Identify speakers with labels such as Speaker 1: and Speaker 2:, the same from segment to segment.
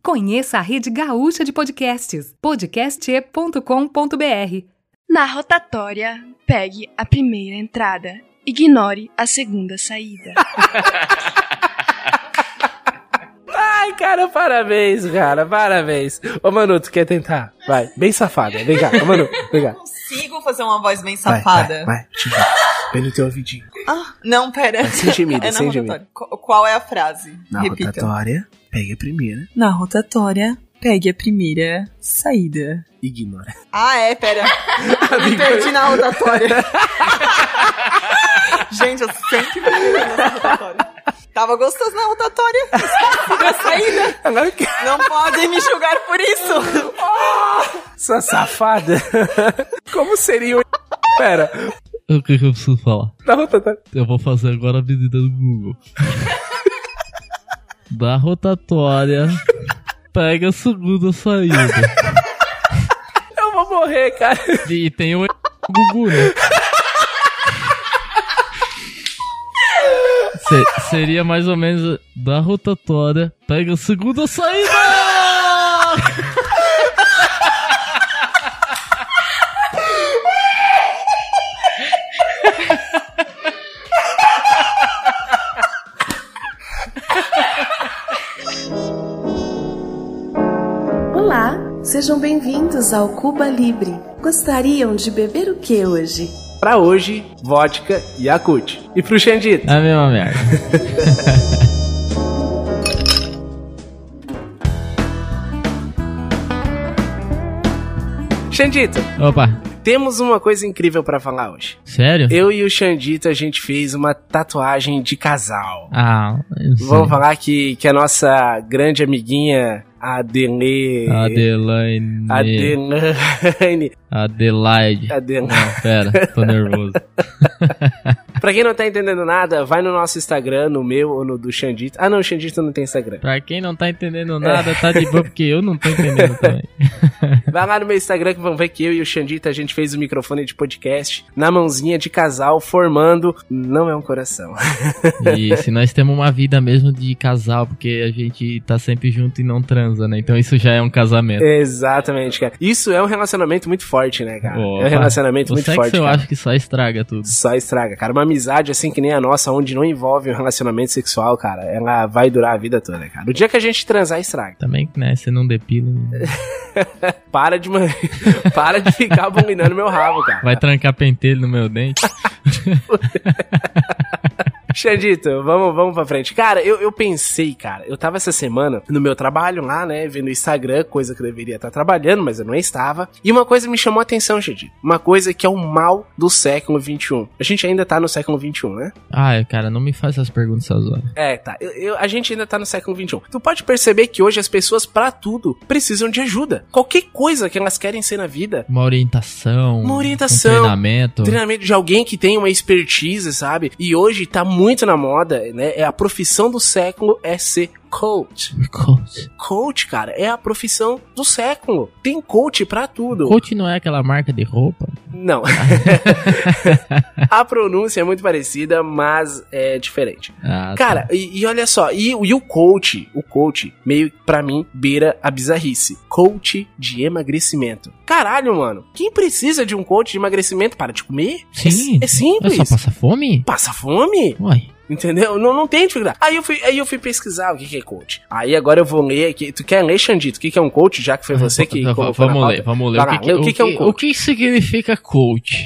Speaker 1: Conheça a rede gaúcha de podcasts, podcast.com.br.
Speaker 2: Na rotatória, pegue a primeira entrada. Ignore a segunda saída.
Speaker 3: Ai, cara, parabéns, cara, parabéns. Ô, Manu, tu quer tentar? Vai, bem safada. Vem cá, ô, Manu, vem cá.
Speaker 4: consigo fazer uma voz bem
Speaker 3: Vai,
Speaker 4: safada.
Speaker 3: Vai, vai, tira. Bem no teu ouvidinho.
Speaker 4: Ah, não, pera.
Speaker 3: Sem intimida,
Speaker 4: é na
Speaker 3: sem
Speaker 4: rotatória.
Speaker 3: intimida.
Speaker 4: Qu- Qual é a frase?
Speaker 3: Na
Speaker 4: Repita.
Speaker 3: rotatória, pega a primeira,
Speaker 4: Na rotatória, pegue a primeira saída.
Speaker 3: ignora.
Speaker 4: Ah, é, pera.
Speaker 3: Tá
Speaker 4: Me perdi na rotatória. Gente, eu sempre me perdi na rotatória. Tava gostoso na rotatória. Esqueci da saída.
Speaker 3: Agora que...
Speaker 4: Não podem me julgar por isso.
Speaker 3: Sua safada. Como seria o... Pera,
Speaker 5: O que que eu preciso falar?
Speaker 3: na rotatória.
Speaker 5: Eu vou fazer agora a medida do Google. da rotatória, pega a segunda saída.
Speaker 3: Eu vou morrer, cara.
Speaker 5: E tem o Gugu, né? Se- seria mais ou menos da rotatória, pega a segunda saída!
Speaker 6: Olá, sejam bem-vindos ao Cuba Libre. Gostariam de beber o que hoje?
Speaker 3: Pra hoje, vodka e acute. E pro Xandito?
Speaker 4: Ah.
Speaker 5: É a mesma merda.
Speaker 3: Xandito,
Speaker 5: Opa,
Speaker 3: temos uma coisa incrível pra falar hoje.
Speaker 5: sério?
Speaker 3: Eu e o Xandito, a gente fez uma tatuagem de casal.
Speaker 5: Ah, eu sei.
Speaker 3: Vamos falar que, que a nossa grande amiguinha, a Adele...
Speaker 5: Adelaine.
Speaker 3: Adelaine.
Speaker 5: Adelaide.
Speaker 3: Adelaine.
Speaker 5: Não, pera, tô nervoso.
Speaker 3: pra quem não tá entendendo nada, vai no nosso Instagram, no meu ou no do Xandito. Ah, não, o Xandito não tem Instagram.
Speaker 5: Pra quem não tá entendendo nada, tá de boa, porque eu não tô entendendo também.
Speaker 3: Vai lá no meu Instagram que vão ver que eu e o Xandito, a gente fez o microfone de podcast na mãozinha de casal, formando... Não é um coração.
Speaker 5: E se nós temos uma vida mesmo de casal, porque a gente tá sempre junto e não transa, né? Então isso já é um casamento.
Speaker 3: Exatamente, cara. Isso é um relacionamento muito forte, né, cara? é
Speaker 5: Opa.
Speaker 3: um relacionamento
Speaker 5: o
Speaker 3: muito
Speaker 5: sexo
Speaker 3: forte,
Speaker 5: eu
Speaker 3: cara.
Speaker 5: acho que só estraga tudo.
Speaker 3: Só estraga, cara. Uma amizade assim que nem a nossa, onde não envolve um relacionamento sexual, cara, ela vai durar a vida toda, cara. O dia que a gente transar, estraga.
Speaker 5: Também, né? Você não depila.
Speaker 3: Para de, man- para de ficar abominando meu rabo, cara.
Speaker 5: Vai trancar pentelho no meu dente.
Speaker 3: Xandito, vamos, vamos pra frente. Cara, eu, eu pensei, cara, eu tava essa semana no meu trabalho lá, né, vendo o Instagram, coisa que eu deveria estar trabalhando, mas eu não estava. E uma coisa me chamou a atenção, Xandito. Uma coisa que é o mal do século XXI. A gente ainda tá no século XXI, né?
Speaker 5: Ai, Ah, cara, não me faça essas perguntas essas horas.
Speaker 3: É, tá. Eu- eu- a gente ainda tá no século XXI. Tu pode perceber que hoje as pessoas, pra tudo, precisam de ajuda. Qualquer coisa que elas querem ser na vida.
Speaker 5: Uma orientação.
Speaker 3: Uma
Speaker 5: um
Speaker 3: orientação.
Speaker 5: treinamento.
Speaker 3: Treinamento de alguém que tem uma expertise, sabe? E hoje tá muito na moda, né? É a profissão do século é ser coach.
Speaker 5: Coach.
Speaker 3: Coach, cara, é a profissão do século. Tem coach pra tudo.
Speaker 5: Coach não é aquela marca de roupa?
Speaker 3: Não. a pronúncia é muito parecida, mas é diferente.
Speaker 5: Ah, tá.
Speaker 3: Cara, e, e olha só, e, e o coach, o coach, meio que pra mim, beira a bizarrice. Coach de emagrecimento. Caralho, mano, quem precisa de um coach de emagrecimento para de comer?
Speaker 5: Sim.
Speaker 3: É, é simples.
Speaker 5: Eu só passa fome?
Speaker 3: Passa fome,
Speaker 5: Uai.
Speaker 3: entendeu? Não, não tem dificuldade. Aí eu, fui, aí eu fui pesquisar o que que é coach. Aí agora eu vou ler aqui. Tu quer ler, Xandito, o que que é um coach, já que foi você que
Speaker 5: V-
Speaker 3: colocou na
Speaker 5: Vamos
Speaker 3: pauta?
Speaker 5: ler, vamos ler.
Speaker 3: Vai lá, lê o que que é um coach.
Speaker 5: O que significa coach?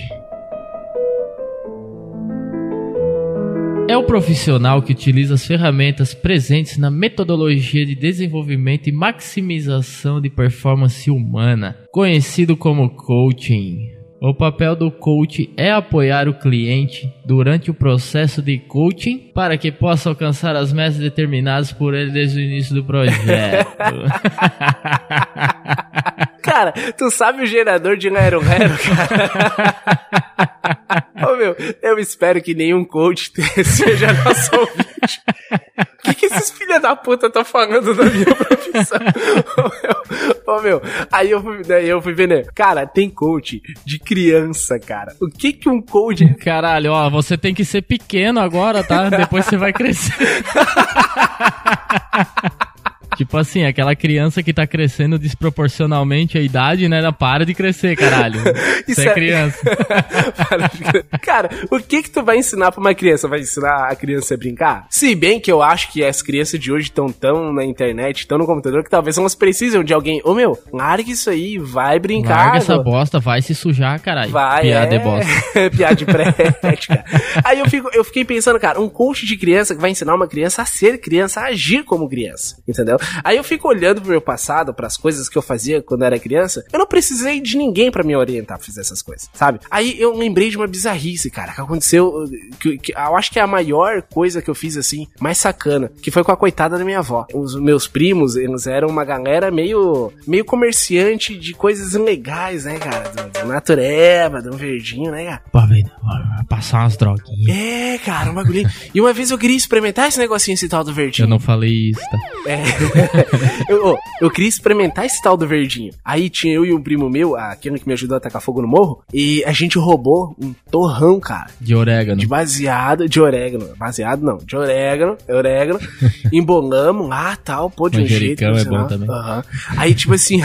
Speaker 5: É o profissional que utiliza as ferramentas presentes na metodologia de desenvolvimento e maximização de performance humana, conhecido como coaching. O papel do coach é apoiar o cliente durante o processo de coaching para que possa alcançar as metas determinadas por ele desde o início do projeto.
Speaker 3: Cara, tu sabe o gerador de Nero Nero, cara? Ô meu, eu espero que nenhum coach te- seja nosso ouvinte. O que, que esses filha da puta estão falando da minha profissão? Ô meu, ô, meu, aí eu fui, daí eu fui ver, né? Cara, tem coach de criança, cara. O que que um coach é?
Speaker 5: Caralho, ó, você tem que ser pequeno agora, tá? Depois você vai crescer. Tipo assim, aquela criança que tá crescendo desproporcionalmente a idade, né? Ela para de crescer, caralho.
Speaker 3: Isso
Speaker 5: Isso
Speaker 3: é-
Speaker 5: é criança.
Speaker 3: Para de crer. Cara, o que que tu vai ensinar pra uma criança? Vai ensinar a criança a brincar? Se bem que eu acho que as crianças de hoje estão tão na internet, estão no computador, que talvez elas precisam de alguém. Ô meu, larga isso aí, vai brincar.
Speaker 5: Larga essa
Speaker 3: meu.
Speaker 5: bosta, vai se sujar, caralho.
Speaker 3: Vai,
Speaker 5: Piada
Speaker 3: é.
Speaker 5: é bosta.
Speaker 3: Piada de prédio, cara. Aí eu, fico, eu fiquei pensando, cara, um coach de criança que vai ensinar uma criança a ser criança, a agir como criança, entendeu? Aí eu fico olhando pro meu passado, pras coisas que eu fazia quando era criança, eu não precisei de ninguém pra me orientar pra fazer essas coisas, sabe? Aí eu lembrei de uma bizarrice, cara, que aconteceu, que, que eu acho que é a maior coisa que eu fiz, assim, mais sacana, que foi com a coitada da minha avó. Os meus primos, eles eram uma galera meio, meio comerciante de coisas legais, né, cara? Do, do natureba, do verdinho, né, cara?
Speaker 5: Pra ver, pra passar umas droguinhas.
Speaker 3: É, cara, um bagulhinho. E uma vez eu queria experimentar esse negocinho, esse tal do verdinho.
Speaker 5: Eu não falei isso, tá?
Speaker 3: É. eu, ô, eu queria experimentar esse tal do verdinho. Aí tinha eu e um primo meu, aquele que me ajudou a tacar fogo no morro, e a gente roubou um torrão, cara.
Speaker 5: De orégano.
Speaker 3: De baseado, de orégano. Baseado não, de orégano, orégano. Embolamos lá, tal, pô, de um jeito.
Speaker 5: Manjericão é
Speaker 3: sei
Speaker 5: bom
Speaker 3: lá.
Speaker 5: também.
Speaker 3: Aham. Aí, tipo assim.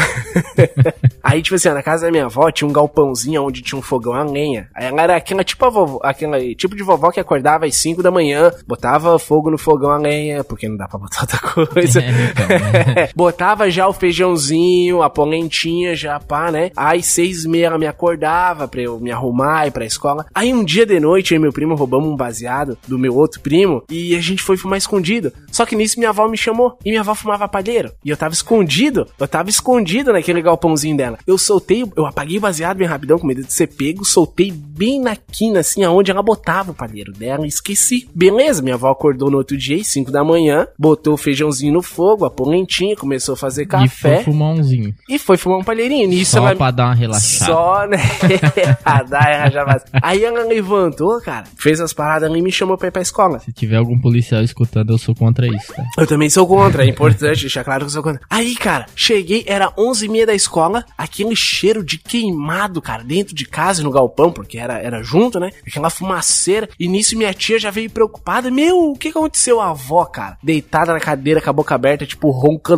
Speaker 3: aí, tipo assim, ó, na casa da minha avó tinha um galpãozinho onde tinha um fogão a lenha. Aí ela era aquela tipo, a vovó, aquela tipo de vovó que acordava às 5 da manhã, botava fogo no fogão a lenha, porque não dá pra botar outra coisa.
Speaker 5: É, então, né?
Speaker 3: Botava já o feijãozinho, a polentinha já, pá, né? Aí seis e meia ela me acordava pra eu me arrumar e ir pra escola. Aí um dia de noite, eu e meu primo roubamos um baseado do meu outro primo e a gente foi fumar escondido. Só que nisso minha avó me chamou e minha avó fumava palheiro. E eu tava escondido, eu tava escondido naquele galpãozinho dela. Eu soltei, eu apaguei o baseado bem rapidão com medo de ser pego, soltei bem na quina, assim, aonde ela botava o palheiro dela e esqueci. Beleza, minha avó acordou no outro dia, às 5 da manhã, botou o feijãozinho no fogo, a polentinha, começou a fazer
Speaker 5: E foi
Speaker 3: café
Speaker 5: fumar umzinho.
Speaker 3: e foi, fumar um palheirinho. Nisso
Speaker 5: Só
Speaker 3: ela
Speaker 5: pra dar uma relaxada.
Speaker 3: só, né? a Dai rajava- Aí ela levantou, cara, fez as paradas ali e me chamou pra ir pra escola.
Speaker 5: Se tiver algum policial escutando, eu sou contra isso, tá?
Speaker 3: Eu também sou contra, é importante deixar claro que eu sou contra. Aí, cara, cheguei, era 11h30 da escola, aquele cheiro de queimado, cara, dentro de casa, no galpão, porque era, era junto, né? Aquela fumaceira. E nisso minha tia já veio preocupada. Meu, o que que aconteceu? A avó, cara, deitada na cadeira com a boca aberta, tipo, roncando.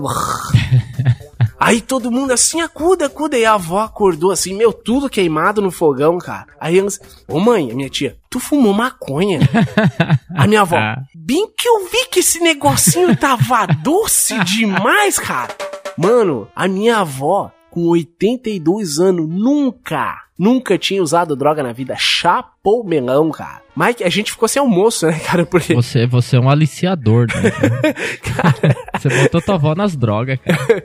Speaker 3: Aí todo mundo assim, acuda, acuda. E a avó acordou assim, meu, tudo queimado no fogão, cara. Aí eles, ô mãe, a minha tia, tu fumou maconha? a minha avó,
Speaker 5: Ah.
Speaker 3: bem que eu vi que esse negocinho tava doce demais, cara. Mano, a minha avó, com 82 anos, nunca, nunca tinha usado droga na vida. Chapou melão, cara. Mas a gente ficou sem almoço, né, cara? Porque
Speaker 5: Você, você é um aliciador, né? você botou tua avó nas drogas, cara.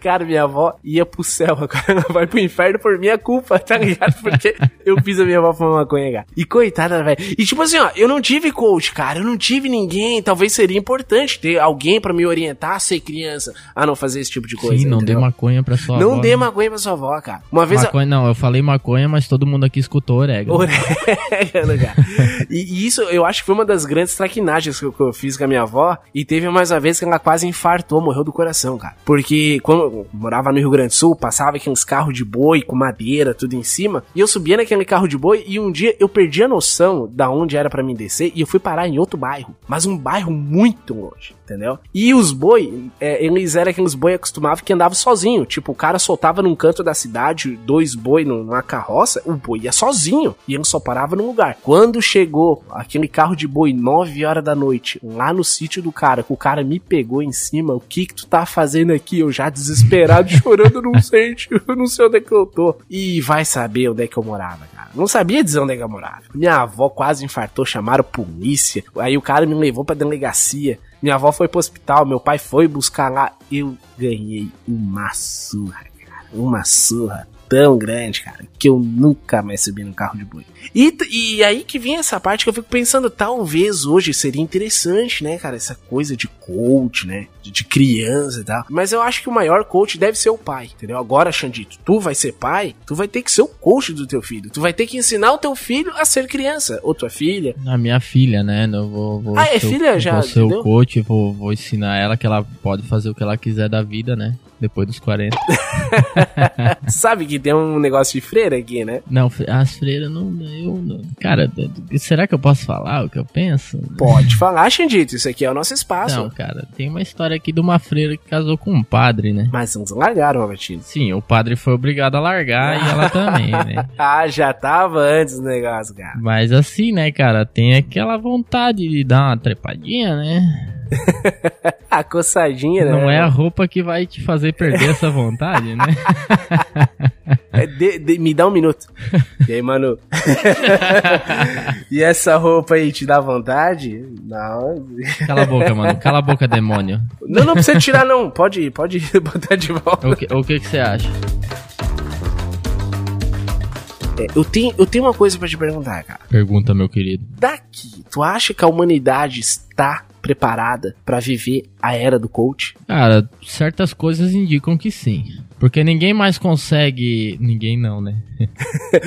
Speaker 3: Cara, minha avó ia pro céu, agora ela vai pro inferno por minha culpa, tá ligado? Porque eu fiz a minha avó fumar maconha, cara. E coitada, velho. E tipo assim, ó, eu não tive coach, cara. Eu não tive ninguém. Talvez seria importante ter alguém pra me orientar a ser criança a não fazer esse tipo de coisa.
Speaker 5: Sim, não dê
Speaker 3: entendeu?
Speaker 5: maconha pra sua avó.
Speaker 3: Não dê
Speaker 5: né?
Speaker 3: maconha pra sua avó, cara. Uma vez. a-
Speaker 5: Maconha, não, eu falei maconha, mas todo mundo aqui escutou orégano.
Speaker 3: Orégano, né, cara. E, e isso eu acho que foi uma das grandes traquinagens que eu, que eu fiz com a minha avó. E teve mais uma vez que ela quase infartou, morreu do coração, cara. Porque quando eu morava no Rio Grande do Sul, passava aqueles carros de boi com madeira, tudo em cima. E eu subia naquele carro de boi e um dia eu perdi a noção da onde era pra mim descer e eu fui parar em outro bairro. Mas um bairro muito longe, entendeu? E os boi, é, eles eram aqueles boi acostumados que andavam sozinho. Tipo, o cara soltava num canto da cidade dois boi num- numa carroça, o boi ia sozinho e ele só parava num lugar. Quando chegou aquele carro de boi 9 horas da noite, lá no sítio do cara, que o cara me pegou em cima, o que que tu tá fazendo aqui? Eu já desesperado, chorando, não sei, tio, eu não sei onde é que eu tô. E vai saber onde é que eu morava, cara. Não sabia dizer onde é que eu morava. Minha avó quase infartou, chamaram polícia. Aí o cara me levou pra delegacia. Minha avó foi pro hospital, meu pai foi buscar lá. Eu ganhei uma surra, cara. Uma surra tão grande, cara, que eu nunca mais subi num carro de boi. E, t- e aí que vem essa parte que eu fico pensando, talvez hoje seria interessante, né, cara, essa coisa de coach, né, de, de criança e tal. Mas eu acho que o maior coach deve ser o pai, entendeu? Agora, Xandito, tu vai ser pai, tu vai ter que ser o coach do teu filho. Tu vai ter que ensinar o teu filho a ser criança, ou tua filha.
Speaker 5: A minha filha, né? Eu vou, vou
Speaker 3: Ah, é filha já,
Speaker 5: Vou ser o
Speaker 3: entendeu?
Speaker 5: coach, vou, vou ensinar ela que ela pode fazer o que ela quiser da vida, né? depois dos 40.
Speaker 3: Sabe que tem um negócio de freira aqui, né?
Speaker 5: Não, fre- as freiras não. né? Eu, não- cara, d- d- será que eu posso falar o que eu penso?
Speaker 3: Pode falar, Xandito, isso aqui é o nosso espaço.
Speaker 5: Não, cara, tem uma história aqui de uma freira que casou com um padre, né?
Speaker 3: Mas uns largaram, Robertinho.
Speaker 5: Sim, o padre foi obrigado a largar e ela também, né?
Speaker 3: Ah, já tava antes né, do negócio, cara.
Speaker 5: Mas assim, né, cara, tem aquela vontade de dar uma trepadinha, né?
Speaker 3: A coçadinha, né?
Speaker 5: Não é a roupa que vai te fazer perder essa vontade, né?
Speaker 3: É, de- de- me dá um minuto. E aí, Manu? e essa roupa aí te dá vontade? Não.
Speaker 5: Cala a boca, mano. Cala a boca, demônio.
Speaker 3: Não, não precisa tirar, não. Pode, pode botar de volta.
Speaker 5: O que, o que, que você acha?
Speaker 3: É, eu, tenho, eu tenho uma coisa pra te perguntar, cara.
Speaker 5: Pergunta, meu querido.
Speaker 3: Daqui, tu acha que a humanidade está preparada pra viver a era do coach?
Speaker 5: Cara, certas coisas indicam que sim. Porque ninguém mais consegue. Ninguém não, né?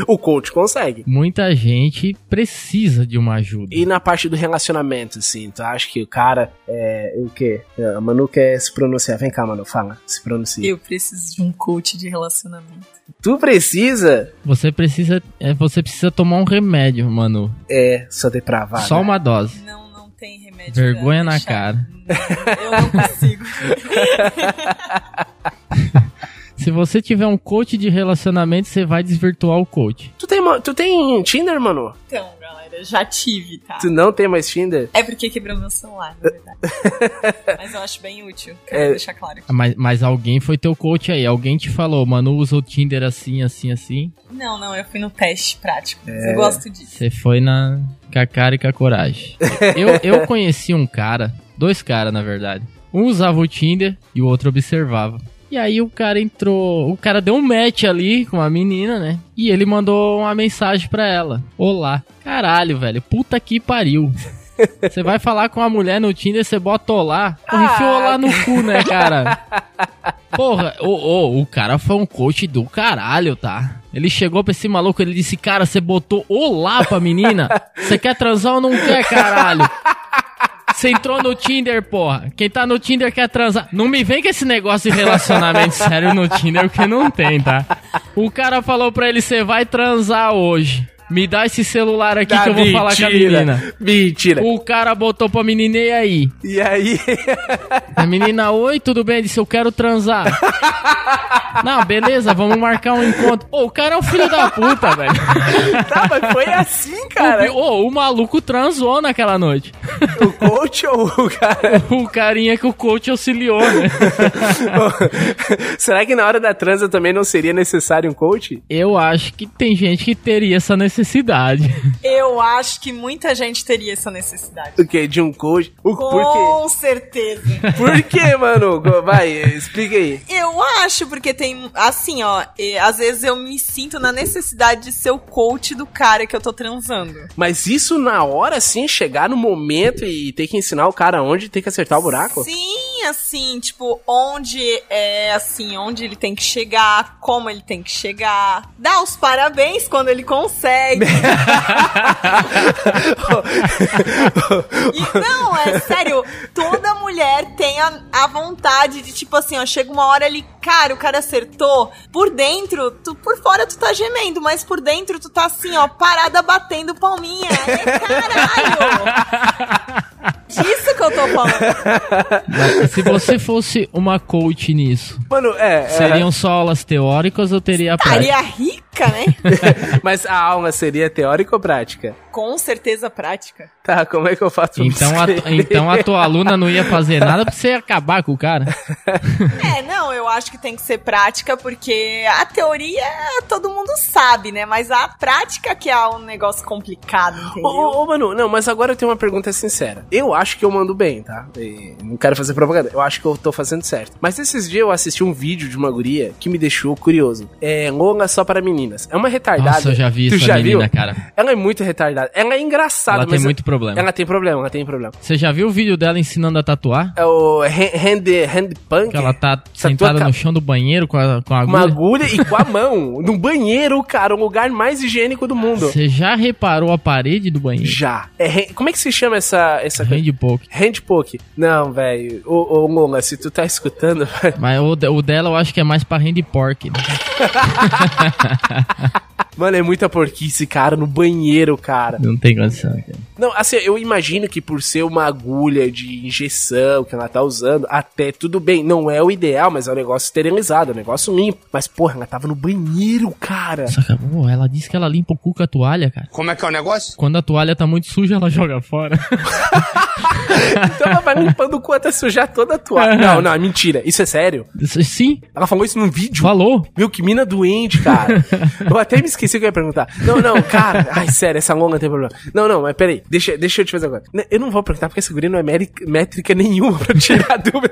Speaker 3: O coach consegue.
Speaker 5: Muita gente precisa de uma ajuda.
Speaker 3: E na parte do relacionamento, assim, tu acha que o cara é. O quê? A Manu quer se pronunciar. Vem cá, Manu, fala. Se pronuncia.
Speaker 4: Eu preciso de um coach de relacionamento.
Speaker 3: Tu precisa.
Speaker 5: Você precisa. é, Você precisa tomar um remédio, mano.
Speaker 3: É, só depravado.
Speaker 5: Só um uma dose.
Speaker 4: Não, não tem remédio. é pra
Speaker 5: Vergonha na
Speaker 4: deixar.
Speaker 5: cara.
Speaker 4: Não, eu não consigo.
Speaker 5: Se você tiver um coach de relacionamento, você vai desvirtuar o coach.
Speaker 3: Tu tem, ma- tu tem Tinder, Manu?
Speaker 4: Então, galera, já tive, tá?
Speaker 3: Tu não tem mais Tinder?
Speaker 4: É porque quebrou meu celular, na verdade. Mas eu acho bem útil. Quero
Speaker 3: É.
Speaker 4: deixar claro aqui.
Speaker 5: Ah, Mas, mas alguém foi teu coach aí. Alguém te falou, mano, usa o Tinder assim, assim, assim.
Speaker 4: Não, não, eu fui no teste prático.
Speaker 3: É.
Speaker 4: Eu gosto disso.
Speaker 5: Você foi na com a cara e com a coragem. Eu, eu conheci um cara, dois caras na verdade. Um usava o Tinder e o outro observava. E aí o cara entrou, o cara deu um match ali com a menina, né? E ele mandou uma mensagem pra ela. Olá. Caralho, velho, puta que pariu. Você vai falar com a mulher no Tinder, você bota olá. Porra, enfia o olá no cu, né, cara? Porra, ô, ô, o cara foi um coach do caralho, tá? Ele chegou pra esse maluco, ele disse, cara, você botou olá pra menina? Você quer transar ou não quer, caralho? Você entrou no Tinder, porra. Quem tá no Tinder quer transar. Não me vem com esse negócio de relacionamento sério no Tinder, porque não tem, tá? O cara falou pra ele, você vai transar hoje. Me dá esse celular aqui
Speaker 3: Dá
Speaker 5: que eu vou falar com a menina.
Speaker 3: Mentira.
Speaker 5: O cara botou pra menina e aí?
Speaker 3: E aí?
Speaker 5: A menina, oi, tudo bem? Disse, eu quero transar. Não, beleza, vamos marcar um encontro. Ô, o cara é um filho da puta, velho.
Speaker 3: tá, mas foi assim,
Speaker 5: O bi-
Speaker 3: cara.
Speaker 5: Ô, o maluco transou naquela noite.
Speaker 3: o coach ou o cara?
Speaker 5: O carinha que o coach auxiliou, né?
Speaker 3: Será que na hora da transa também não seria necessário um coach?
Speaker 5: Eu acho que tem gente que teria essa necessidade.
Speaker 4: Eu acho que muita gente teria essa necessidade.
Speaker 3: O quê? De um coach? O, por
Speaker 4: Com certeza.
Speaker 3: quê? Por quê, Manu? Go- Vai, explica aí.
Speaker 4: Eu acho, porque tem. Assim, ó. eh, Às vezes eu me sinto na necessidade de ser o coach do cara que eu tô transando.
Speaker 3: Mas isso na hora, sim, chegar no momento e ter que ensinar o cara onde tem que acertar o buraco?
Speaker 4: Sim, assim, tipo, onde é assim, onde ele tem que chegar, como ele tem que chegar. Dá os parabéns quando ele consegue. E não, é sério, toda mulher tem a, a vontade de, tipo assim, ó, chega uma hora ali, cara, o cara acertou. Por dentro, tu, por fora tu tá gemendo, mas por dentro tu tá assim, ó, parada batendo palminha. É caralho! É Disso que eu tô falando.
Speaker 5: Mas se você fosse uma coach nisso,
Speaker 3: Mano, é. é,
Speaker 5: seriam só aulas teóricas ou teria a prática?
Speaker 4: Estaria rica, né?
Speaker 3: Mas a aula seria teórica ou prática?
Speaker 4: Com certeza prática.
Speaker 3: Tá, como é que eu faço pra
Speaker 5: Então a,
Speaker 3: escrever?
Speaker 5: então a tua aluna não ia fazer nada pra você acabar com o cara.
Speaker 4: É, não, eu acho que tem que ser prática, porque a teoria todo mundo sabe, né? Mas a prática que é um negócio complicado,
Speaker 3: Ô,
Speaker 4: entendeu?
Speaker 3: ô, ô, Manu, não, mas agora eu tenho uma pergunta sincera. Eu acho que eu mando bem, tá? E não quero fazer propaganda. Eu acho que eu tô fazendo certo. Mas esses dias eu assisti um vídeo de uma guria que me deixou curioso. É longa só para meninas. É uma retardada.
Speaker 5: Nossa, eu já vi
Speaker 3: Tu
Speaker 5: essa
Speaker 3: já
Speaker 5: menina,
Speaker 3: viu?
Speaker 5: cara.
Speaker 3: Ela é muito retardada. Ela é engraçada,
Speaker 5: Ela
Speaker 3: mas...
Speaker 5: tem muito problema.
Speaker 3: Ela tem problema, ela tem problema.
Speaker 5: Você já viu o vídeo dela ensinando a tatuar?
Speaker 3: É o hand, hand punk.
Speaker 5: Que ela tá
Speaker 3: Tatua
Speaker 5: sentada
Speaker 3: Ca-
Speaker 5: no chão do banheiro com a, com a
Speaker 3: Uma
Speaker 5: agulha?
Speaker 3: agulha e com a mão. No banheiro, cara, o lugar mais higiênico do mundo.
Speaker 5: Você já reparou a parede do banheiro?
Speaker 3: Já. É hand- como é que se chama essa. essa
Speaker 5: Rende pouco.
Speaker 3: Handpoke. Não, velho. Ô, ô, Lula, se tu tá escutando, vai-
Speaker 5: Mas o, de- o dela eu acho que é mais pra rende pork. né?
Speaker 3: Mano, é muita porquice, cara, no banheiro, cara.
Speaker 5: Não tem condição. cara.
Speaker 3: Não, assim, eu imagino que por ser uma agulha de injeção que ela tá usando, até tudo bem. Não é o ideal, mas é um negócio esterilizado, é um negócio limpo. Mas, porra, ela tava no banheiro, cara.
Speaker 5: Só que, pô, ela disse que ela limpa o cu com a toalha, cara.
Speaker 7: Como é que é o negócio?
Speaker 5: Quando a toalha tá muito suja, ela joga fora.
Speaker 3: Então ela vai limpando o cu até sujar toda a toalha. Não, não, é mentira. Isso é sério.
Speaker 5: Sim,
Speaker 3: Ela falou isso num vídeo.
Speaker 5: falou.
Speaker 3: Meu, que mina doente, cara. Eu até me esqueci o que eu ia perguntar. Não, não, cara. Ai, sério, essa longa tem problema. Não, não, mas peraí. Deixa, deixa eu te fazer agora. N- Eu não vou perguntar porque essa guria não é méri- métrica nenhuma pra tirar dúvida.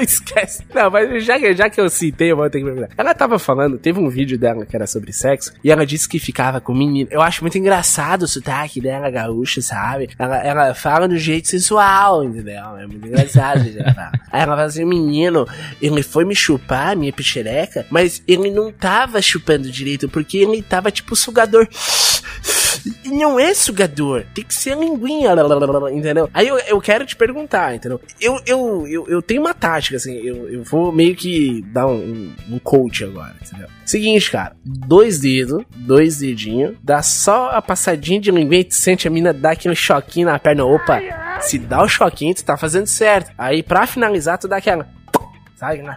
Speaker 3: Esquece. Não, mas já, que- já que eu citei, eu vou ter que perguntar. Ela tava falando, teve um vídeo dela que era sobre sexo e ela disse que ficava com menino. Eu acho muito engraçado o sotaque dela, gaúcha, sabe? Ela, ela fala do jeito sensual, entendeu? É muito engraçado. gente, ela fala. Aí ela fala assim, menino, ele foi me chupar, minha pichereca, mas ele não tava chupando direito, porque ele tava tipo sugador. E Não é sugador, tem que ser a linguinha, lá, lá, lá, lá, entendeu? Aí eu, eu quero te perguntar, entendeu? Eu, eu, eu, eu tenho uma tática, assim, eu, eu vou meio que dar um, um, um coach agora, entendeu? Seguinte, cara, dois dedos, dois dedinhos, dá só a passadinha de linguinha e tu sente a mina dar aquele choquinho na perna. Opa, se dá o choquinho, tu tá fazendo certo. Aí pra finalizar, tu dá aquela. Sabe? né?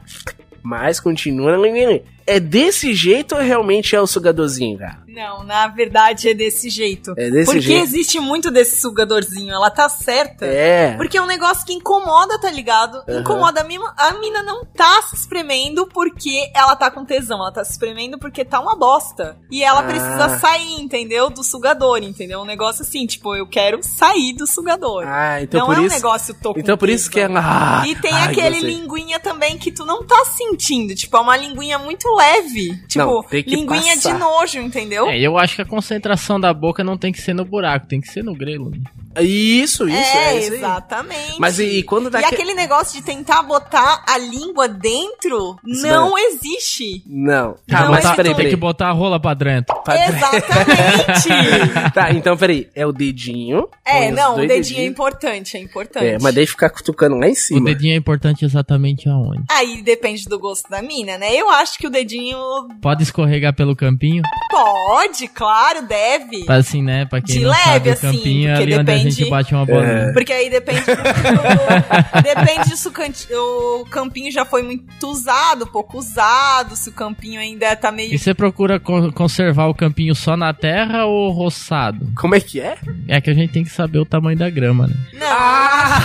Speaker 3: Mas continua na linguinha. É desse jeito ou realmente é o sugadorzinho, cara?
Speaker 4: Não, na verdade é desse jeito.
Speaker 3: É desse
Speaker 4: Porque
Speaker 3: jeito.
Speaker 4: existe muito desse sugadorzinho, ela tá certa.
Speaker 3: É.
Speaker 4: Porque é um negócio que incomoda, tá ligado?
Speaker 3: Aham.
Speaker 4: Incomoda a mina. A mina não tá se espremendo porque ela tá com tesão. Ela tá se espremendo porque tá uma bosta. E ela
Speaker 3: Ah.
Speaker 4: precisa sair, entendeu? Do sugador, entendeu? Um negócio assim, tipo, eu quero sair do sugador.
Speaker 3: Ah, então
Speaker 4: não
Speaker 3: por
Speaker 4: é um
Speaker 3: isso.
Speaker 4: negócio tô com
Speaker 3: Então por isso que
Speaker 4: tesão.
Speaker 3: ela. Ah,
Speaker 4: E tem
Speaker 3: ai,
Speaker 4: aquele
Speaker 3: gostei.
Speaker 4: linguinha também que tu não tá sentindo. Tipo, é uma linguinha muito leve. Tipo,
Speaker 3: Não, tem que
Speaker 4: linguinha
Speaker 3: passar.
Speaker 4: de nojo, entendeu?
Speaker 5: É, eu acho que a concentração da boca não tem que ser no buraco, tem que ser no grelo. né?
Speaker 3: Isso, isso, é,
Speaker 4: É,
Speaker 3: isso. aí.
Speaker 4: exatamente.
Speaker 3: Mas e, e quando dá
Speaker 4: E
Speaker 3: aque-
Speaker 4: aquele negócio de tentar botar a língua dentro
Speaker 3: Isso
Speaker 4: não existe.
Speaker 3: Não.
Speaker 5: Tem que
Speaker 3: Tá,
Speaker 4: Não, é
Speaker 3: mas
Speaker 5: botar-
Speaker 3: peraí,
Speaker 5: tem
Speaker 3: peraí.
Speaker 5: que botar a rola pra dentro.
Speaker 4: Exatamente.
Speaker 3: Tá, então peraí. É o dedinho. põe
Speaker 4: é,
Speaker 3: os
Speaker 4: não, o
Speaker 3: dois
Speaker 4: dedinho é
Speaker 3: dedinhos.
Speaker 4: importante, é importante.
Speaker 3: É, mas daí ficar cutucando lá em
Speaker 5: O
Speaker 3: cima.
Speaker 5: dedinho é importante exatamente aonde.
Speaker 4: Aí depende do gosto da mina, né? Eu acho que o dedinho
Speaker 5: Pode escorregar pelo campinho,
Speaker 4: pode, claro, deve.
Speaker 5: assim, né? Pra quem
Speaker 4: De
Speaker 5: não
Speaker 4: leve,
Speaker 5: sabe, o
Speaker 4: assim,
Speaker 5: campinho é ali
Speaker 4: porque
Speaker 5: onde a
Speaker 4: depende-
Speaker 5: gente bate uma bola.
Speaker 3: É.
Speaker 4: Porque aí depende do, depende se o, canti- o campinho já foi muito usado, pouco usado, se o campinho ainda tá meio
Speaker 5: E você procura co- conservar o campinho só na terra ou roçado?
Speaker 3: Como é que é?
Speaker 5: É que a gente tem que saber o tamanho da grama, né?
Speaker 4: Não, Ah!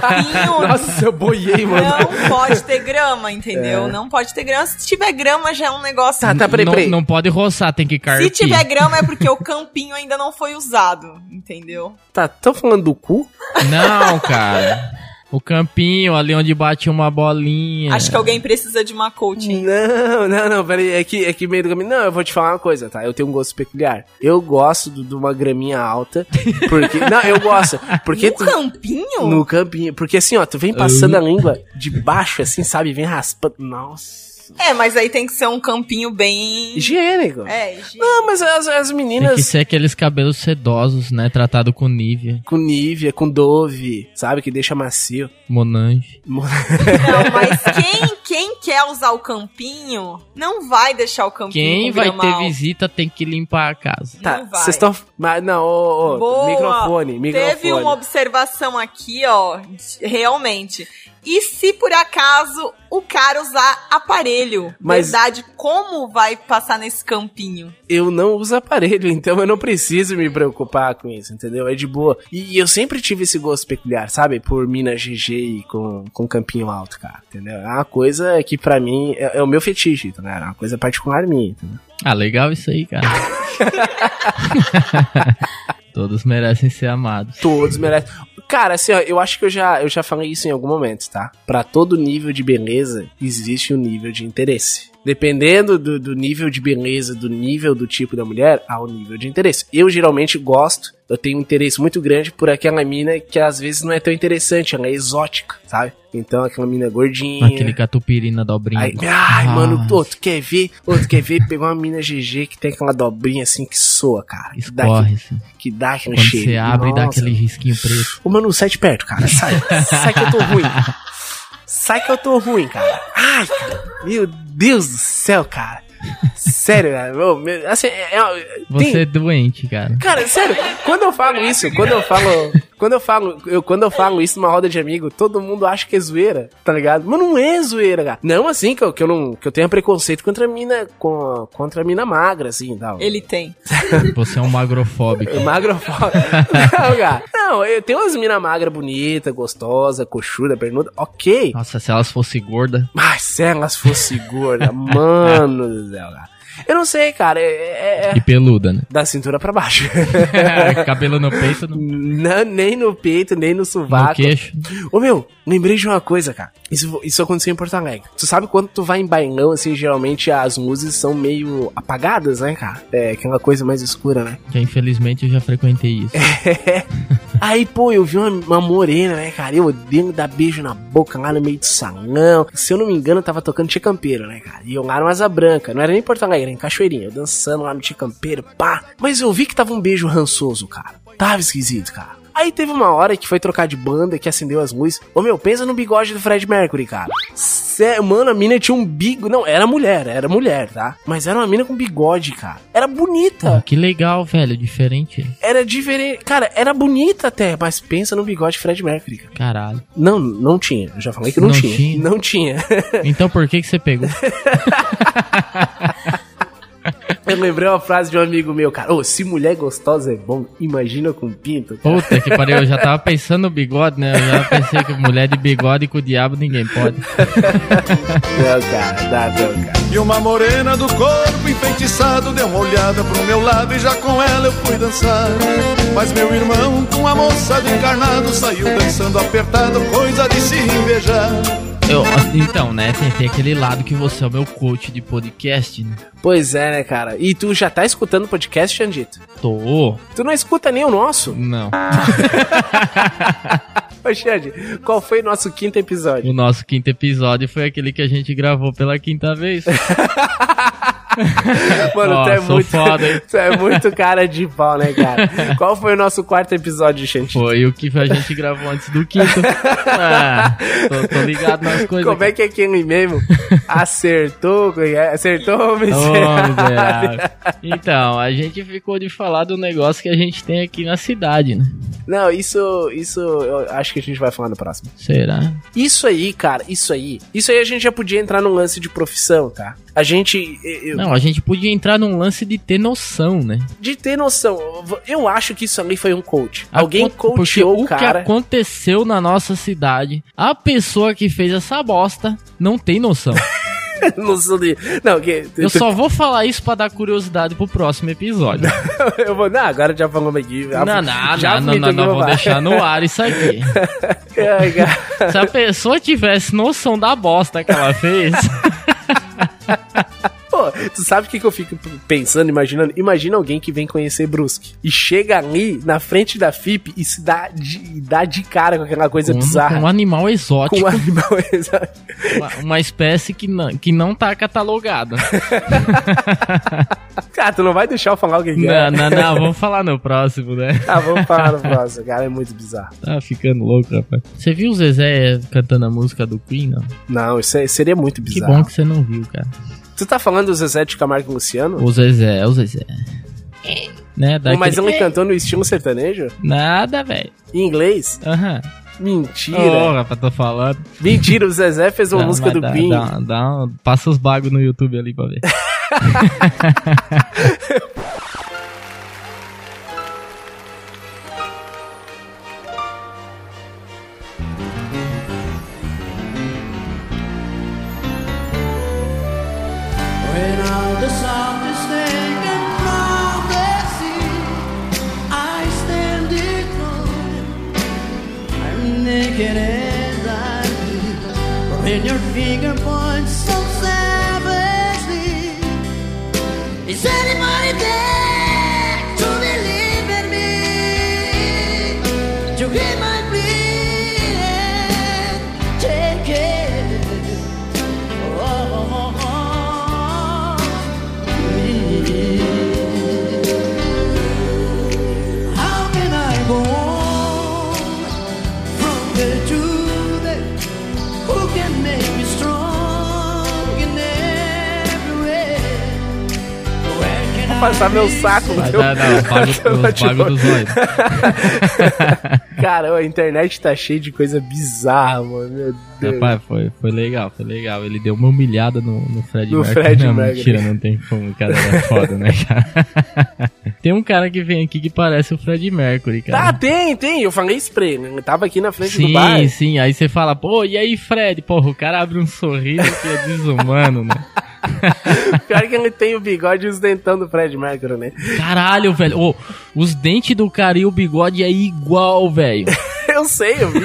Speaker 4: campinho
Speaker 3: Ah! Nossa, eu boiei, mano. É.
Speaker 4: não pode ter grama, entendeu? Não pode ter grama. Se tiver grama, já é um negócio.
Speaker 3: Tá, tá, peraí,
Speaker 5: não,
Speaker 3: peraí.
Speaker 5: não pode roçar, tem que carpir.
Speaker 4: Se tiver grama, é porque o campinho ainda não foi usado, entendeu?
Speaker 3: Tá, tão falando do cu?
Speaker 5: Não, cara. O campinho ali onde bate uma
Speaker 3: É.
Speaker 5: bolinha.
Speaker 4: Acho que alguém precisa de uma
Speaker 3: Hum,
Speaker 4: coaching.
Speaker 3: Não, não, não, peraí. É que, é que meio do caminho. Não, eu vou te falar uma coisa, tá? Eu tenho um gosto peculiar. Eu gosto do- de uma graminha alta. Porque. não, eu gosto. Porque
Speaker 4: no
Speaker 3: tu.
Speaker 4: Um campinho?
Speaker 3: No campinho. Porque assim, ó, tu vem passando a língua de baixo, assim, sabe? Vem raspando. Nossa.
Speaker 4: É, mas aí tem que ser um campinho bem.
Speaker 3: Higiênico.
Speaker 4: É, higiênico.
Speaker 3: Não, mas as, as
Speaker 5: Tem que
Speaker 3: meninas
Speaker 5: ser aqueles cabelos sedosos, né? Tratado com Nivea,
Speaker 3: com Nivea, com Dove, sabe? Que deixa macio.
Speaker 5: Monange.
Speaker 4: Não, mas quem, quem quer usar o campinho não vai deixar o campinho.
Speaker 5: Quem
Speaker 4: com
Speaker 5: vai
Speaker 4: gramal.
Speaker 5: ter visita tem que limpar a casa.
Speaker 3: Tá,
Speaker 4: Não vai.
Speaker 3: vocês estão. Mas não, ô, ô,
Speaker 4: Boa.
Speaker 3: microfone, microfone.
Speaker 4: Teve uma observação aqui, ó, de- realmente. E se por acaso o cara usar aparelho?
Speaker 3: Mas-
Speaker 4: Verdade, como vai passar nesse campinho?
Speaker 3: eu não uso aparelho, então eu não preciso me preocupar com isso, entendeu? É de boa. E, e eu sempre tive esse gosto peculiar, sabe? Por Minas GG e com, com Campinho Alto, cara, entendeu? É uma coisa que pra mim é, é o meu fetiche, né? É uma coisa particular minha, entendeu?
Speaker 5: Ah, legal isso aí, cara. Todos merecem ser amados.
Speaker 3: Todos merecem. Cara, assim, ó, eu acho que eu já, eu já falei isso em algum momento, tá? Pra todo nível de beleza, existe um nível de interesse. Dependendo do, do nível de beleza, do nível do tipo da mulher, há o nível de interesse. Eu geralmente gosto, eu tenho um interesse muito grande por aquela mina que às vezes não é tão interessante, ela é exótica, sabe? Então aquela mina gordinha.
Speaker 5: Aquele catupiry na dobrinha.
Speaker 3: Aí,
Speaker 5: do-
Speaker 3: ai,
Speaker 5: Ah,
Speaker 3: mano, pô, tu quer ver? Pô, tu quer ver? Pegou uma mina GG que tem aquela dobrinha assim que soa, cara. Que dá,
Speaker 5: Escorre, assim.
Speaker 3: que dá aquele
Speaker 5: Quando
Speaker 3: cheiro.
Speaker 5: você abre e dá
Speaker 3: Nossa.
Speaker 5: aquele risquinho preto.
Speaker 3: Ô, mano, sai de perto, cara. Sai. Sai que eu tô ruim. Sai que eu tô ruim, cara. Ai, cara. Meu Deus do céu, cara. Sério, cara. Ô, meu- assim, é- é-
Speaker 5: Você
Speaker 3: tem-
Speaker 5: é doente, cara.
Speaker 3: Cara, sério, quando eu falo isso, quando eu falo. Quando eu falo, eu, quando eu falo isso numa roda de amigo, todo mundo acha que é zoeira, tá ligado? Mas não é zoeira, cara. Não assim que eu, que eu não, que eu tenha preconceito contra a mina, com, contra a mina magra, assim, e tal.
Speaker 4: Ele tem.
Speaker 5: Você é um magrofóbico.
Speaker 3: Magrofóbico. é não, cara. Não, eu tenho umas mina magra bonita, gostosa, coxuda, pernuda. Ok.
Speaker 5: Nossa, se elas fossem gordas.
Speaker 3: Mas se elas fossem gordas, mano do céu, cara. Eu não sei, cara. É, é- é
Speaker 5: E peluda, né?
Speaker 3: da cintura pra baixo.
Speaker 5: Cabelo no peito, no,
Speaker 3: Não, nem no peito, nem no
Speaker 5: no
Speaker 3: sovaco.
Speaker 5: queixo.
Speaker 3: Ô meu, lembrei de uma coisa, cara. Isso, isso aconteceu em Porto Alegre. Tu sabe quando tu vai em bailão, assim, geralmente as luzes são meio apagadas, né, cara? É aquela coisa mais escura, né?
Speaker 5: Que infelizmente eu já frequentei isso.
Speaker 3: É. Aí, pô, eu vi uma, uma morena, né, cara? Eu odeio dar beijo na boca lá no meio do salão. Se eu não me engano, tava tocando Tia Campeiro, né, cara? E eu lá no Asa Branca. Não era nem Porto Alegre, era em Cachoeirinha. Eu dançando lá no Tia Campeiro, pá. Mas eu vi que tava um beijo rançoso, cara. Tava esquisito, cara. Aí teve uma hora que foi trocar de banda, que acendeu as luzes. Ô meu, pensa no bigode do Fred Mercury, cara. Cê, mano, a mina tinha um bigo. Não, era mulher, era mulher, tá? Mas era uma mina com bigode, cara. Era bonita.
Speaker 5: Ah, que legal, velho. Diferente.
Speaker 3: Era diferente. Cara, era bonita até, mas pensa no bigode Fred Mercury. cara.
Speaker 5: Caralho.
Speaker 3: Não, não tinha. Eu já falei que não,
Speaker 5: Não
Speaker 3: tinha.
Speaker 5: tinha?
Speaker 3: Não tinha.
Speaker 5: Então por que que você pegou?
Speaker 3: Eu lembrei uma frase de um amigo meu, cara. Ô, se mulher gostosa é bom, imagina com pinto. cara.
Speaker 5: Puta que pariu, eu já tava pensando no bigode, né? Eu já pensei que mulher de bigode com o diabo ninguém pode.
Speaker 3: Não, cara, dá, não, cara.
Speaker 7: E uma morena do corpo enfeitiçado deu uma olhada pro meu lado e já com ela eu fui dançar. Mas meu irmão, com a moça do encarnado, saiu dançando apertado, coisa de se invejar.
Speaker 5: Eu, então, né? Tem, tem aquele lado que você é o meu coach de podcast, né?
Speaker 3: Pois é, né, cara? E tu já tá escutando podcast, Xandito?
Speaker 5: Tô.
Speaker 3: Tu não escuta nem o nosso?
Speaker 5: Não.
Speaker 3: Ô, Xande, qual foi o nosso quinto episódio?
Speaker 5: O nosso quinto episódio foi aquele que a gente gravou pela quinta vez.
Speaker 3: Mano, tu
Speaker 5: Ó,
Speaker 3: é
Speaker 5: sou
Speaker 3: muito.
Speaker 5: foda, hein?
Speaker 3: tu é muito cara de pau, né, cara? qual foi o nosso quarto episódio, Xandito?
Speaker 5: Foi o que a gente gravou antes do quinto. Ah, tô, tô ligado nas coisas.
Speaker 3: Como é que é aquele mesmo? Acertou, é acertou,
Speaker 5: Ô,
Speaker 3: miserável.
Speaker 5: Oh, miserável. Então, a gente ficou de falar do negócio que a gente tem aqui na cidade, né?
Speaker 3: Não, isso, isso eu acho que a gente vai falar no próximo.
Speaker 5: Será?
Speaker 3: Isso aí, cara, isso aí. Isso aí a gente já podia entrar num lance de profissão, tá? A gente. eu-
Speaker 5: Não, a gente podia entrar num lance de ter noção, né?
Speaker 3: de ter noção, eu acho que isso ali foi um coach.
Speaker 5: A
Speaker 3: Alguém
Speaker 5: con- porque
Speaker 3: coachou o
Speaker 5: que
Speaker 3: cara.
Speaker 5: aconteceu na nossa cidade, a pessoa que fez essa bosta não tem noção.
Speaker 3: noção de- Não, que,
Speaker 5: Eu só vou falar isso pra dar curiosidade pro próximo episódio.
Speaker 3: eu vou. Não, agora já falamos aqui. já-
Speaker 5: não, não,
Speaker 3: já
Speaker 5: não, não,
Speaker 3: me
Speaker 5: não, não, vou
Speaker 3: derrubar.
Speaker 5: deixar no ar isso aqui.
Speaker 3: Ai, cara.
Speaker 5: Se a pessoa tivesse noção da bosta que ela fez,
Speaker 3: Pô, tu sabe o que, que eu fico pensando, imaginando? Imagina alguém que vem conhecer Brusque e chega ali na frente da FIP e se dá de, dá de cara com aquela coisa
Speaker 5: um,
Speaker 3: bizarra.
Speaker 5: um animal
Speaker 3: Com um
Speaker 5: exótico,
Speaker 3: animal exato.
Speaker 5: uma, uma espécie que não, que não tá catalogada.
Speaker 3: Cara, tu não vai deixar eu falar o que, que é.
Speaker 5: Não, não, não, vamos falar no próximo, né?
Speaker 3: Ah, vamos falar no próximo, cara. É muito bizarro.
Speaker 5: Tá ficando louco, rapaz. Você viu o Zezé cantando a música do Queen, não?
Speaker 3: Não, isso é- seria muito
Speaker 5: Que
Speaker 3: bizarro.
Speaker 5: bom que você não viu, cara.
Speaker 3: Tu tá falando do Zezé de Camargo e Luciano?
Speaker 5: O Zezé, é o Zezé. Né, dá
Speaker 3: Mas
Speaker 5: aquele-
Speaker 3: ele cantou no estilo sertanejo?
Speaker 5: Nada, velho.
Speaker 3: Em inglês?
Speaker 5: Aham. Ô,
Speaker 3: Mentira.
Speaker 5: rapaz, tô falando.
Speaker 3: Mentira, o Zezé fez uma
Speaker 5: Oh. Não,
Speaker 3: música
Speaker 5: mas
Speaker 3: do
Speaker 5: dá-
Speaker 3: Queen.
Speaker 5: dá- dá um- passa os bagos no YouTube ali pra ver.
Speaker 8: When your finger points so savage
Speaker 3: passar meu saco no
Speaker 5: Vai
Speaker 3: teu...
Speaker 5: dar, não, pago, eu pago dos olhos.
Speaker 3: Cara, a internet tá cheia de coisa bizarra, mano. Meu Deus.
Speaker 5: Rapaz, foi, foi legal, foi legal. Ele deu uma humilhada no, no Fred
Speaker 3: No
Speaker 5: Mercury.
Speaker 3: Fred
Speaker 5: não,
Speaker 3: Mercury.
Speaker 5: mentira, não tem como. O cara era foda, né, cara? tem um cara que vem aqui que parece o Fred Mercury,
Speaker 3: Tá,
Speaker 5: cara.
Speaker 3: tem, tem. Eu falei spray, né? Eu tava aqui na frente do bar.
Speaker 5: sim, sim. Aí você fala, pô, e aí, Fred? Porra, o cara abre um sorriso que é desumano, né?
Speaker 3: Pior que ele tem o bigode e os dentão do Fred Mercury, né?
Speaker 5: Caralho, velho. Ô, os dentes do cara e o bigode é igual, velho.
Speaker 3: Eu sei, eu vi.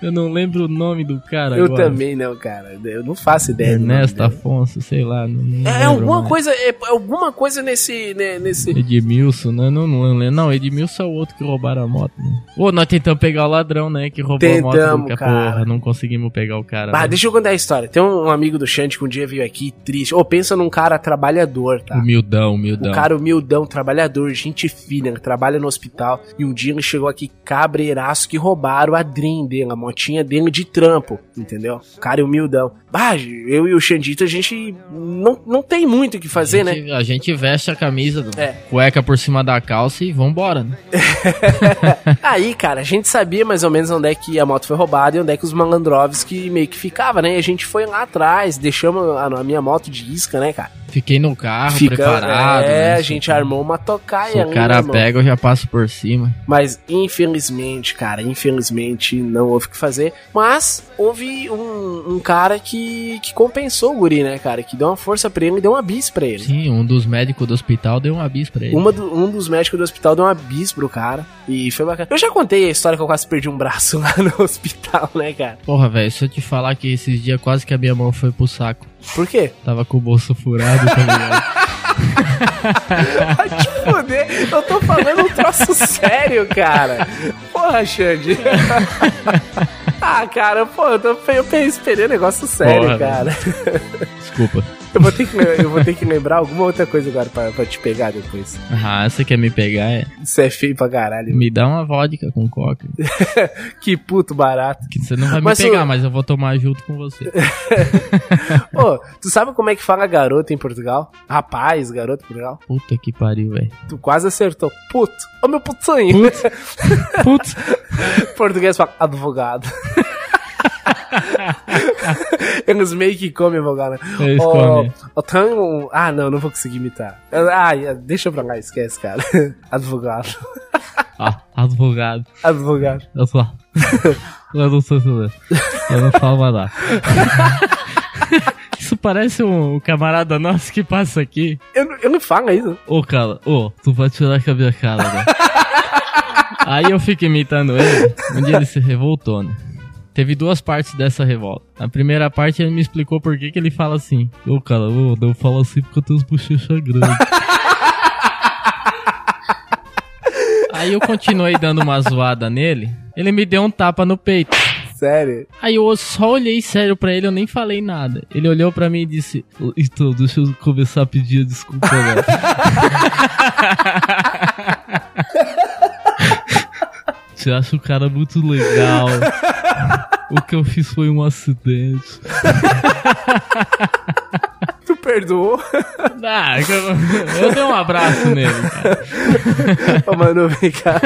Speaker 5: Eu não lembro o nome do cara
Speaker 3: Eu
Speaker 5: agora.
Speaker 3: também não, cara. Eu não faço ideia. do nome
Speaker 5: Ernesto né?
Speaker 3: dele.
Speaker 5: Afonso, sei lá. Não, não
Speaker 3: É
Speaker 5: lembro
Speaker 3: alguma
Speaker 5: mais.
Speaker 3: coisa, é alguma coisa nesse, né, nesse.
Speaker 5: Edmilson, né? Não, não lembro. Não, Edmilson é o outro que roubaram a moto. Né? Ô, nós tentamos pegar o ladrão, né? Que roubou a moto.
Speaker 3: Tentamos,
Speaker 5: do
Speaker 3: cara.
Speaker 5: Porra, não conseguimos pegar o cara.
Speaker 3: Ah,
Speaker 5: né?
Speaker 3: deixa eu contar a história. Tem um amigo do Xande que um dia veio aqui triste. Ô, pensa num cara trabalhador, tá?
Speaker 5: Humildão,
Speaker 3: O
Speaker 5: humildão.
Speaker 3: cara humildão, trabalhador, gente fina, que trabalha no hospital. E um dia ele chegou aqui cabreiraço que roubaram a Dream dele, a motinha dele de trampo, entendeu? O cara humildão. Bah, eu e o Xandito, a gente não, não tem muito o que fazer,
Speaker 5: a
Speaker 3: né?
Speaker 5: gente, a gente veste a camisa, do-
Speaker 3: É.
Speaker 5: cueca por cima da calça e vambora, né?
Speaker 3: Aí, cara, a gente sabia mais ou menos onde é que a moto foi roubada e onde é que os malandrovs que meio que ficava, né? E a gente foi lá atrás, deixamos a, a minha moto de isca, né, cara?
Speaker 5: Fiquei no carro,
Speaker 3: Ficamos-
Speaker 5: preparado.
Speaker 3: É,
Speaker 5: né?
Speaker 3: a gente armou uma tocaia
Speaker 5: Se
Speaker 3: ali,
Speaker 5: o cara
Speaker 3: né, mano?
Speaker 5: pega, eu já passo por cima.
Speaker 3: Mas infelizmente, cara, infelizmente não houve o que fazer. Mas houve um, um cara que, que compensou o guri, né, cara? Que deu uma força pra ele e deu uma bis pra ele.
Speaker 5: Sim, um dos médicos do hospital deu um aviso pra ele.
Speaker 3: Uma do- um dos médicos do hospital deu uma bis pro cara. E foi bacana. Eu já contei a história que eu quase perdi um braço lá no hospital, né, cara?
Speaker 5: Porra, velho, se eu te falar que esses dias quase que a minha mão foi pro saco.
Speaker 3: Por quê?
Speaker 5: Tava com o bolso furado, tá ligado?
Speaker 3: Vai te fuder, eu tô falando um troço sério, cara. Porra, Xande. ah, cara, pô, eu, tô, eu esperei um negócio sério,
Speaker 5: Porra,
Speaker 3: cara.
Speaker 5: Desculpa.
Speaker 3: Eu vou ter que, eu vou ter que lembrar alguma outra coisa agora pra, pra te pegar depois.
Speaker 5: Ah, você quer me pegar? É.
Speaker 3: Isso é feio pra caralho.
Speaker 5: Me dá uma vodka com coca.
Speaker 3: Que puto barato.
Speaker 5: Que você não vai
Speaker 3: Mas
Speaker 5: me pegar,
Speaker 3: o-
Speaker 5: mas eu vou tomar junto com você.
Speaker 3: Ô, tu sabe como é que fala garoto em Portugal? Rapaz, garoto em Portugal?
Speaker 5: Puta que pariu, velho.
Speaker 3: Tu quase acertou. Puto. Ô, meu putinho.
Speaker 5: Putz. Putz.
Speaker 3: Português fala advogado. Eles É meio que comem advogado, né?
Speaker 5: É, Eles
Speaker 3: Ô,
Speaker 5: comem.
Speaker 3: Eu tenho um... Ah, não, não vou conseguir imitar. Ah, deixa pra lá, esquece, cara. Advogado.
Speaker 5: Ah, advogado.
Speaker 3: Advogado.
Speaker 5: Eu sou. eu não sou chileno. Eu não falo mais nada. Isso parece um camarada nosso que passa aqui.
Speaker 3: Eu, não- eu não falo isso.
Speaker 5: Ô, cara, ô, tu vai tirar com a minha cara, né? Aí eu fico imitando ele. Um dia ele se revoltou, né? Teve duas partes dessa revolta. Na primeira parte ele me explicou por que, que ele fala assim. Ô, cara, ô, eu falo assim porque eu tenho os bochechas grandes. Aí eu continuei dando uma zoada nele. Ele me deu um tapa no peito.
Speaker 3: Sério.
Speaker 5: Aí eu só olhei sério pra ele, eu nem falei nada. Ele olhou pra mim e disse: "Ô, Então, deixa eu começar a pedir desculpa, né? Você acha o cara muito legal. O que eu fiz foi um acidente.
Speaker 3: Tu perdoou?
Speaker 5: Ah, eu, eu dei um abraço nele, cara.
Speaker 3: Ô, mano, vem cá.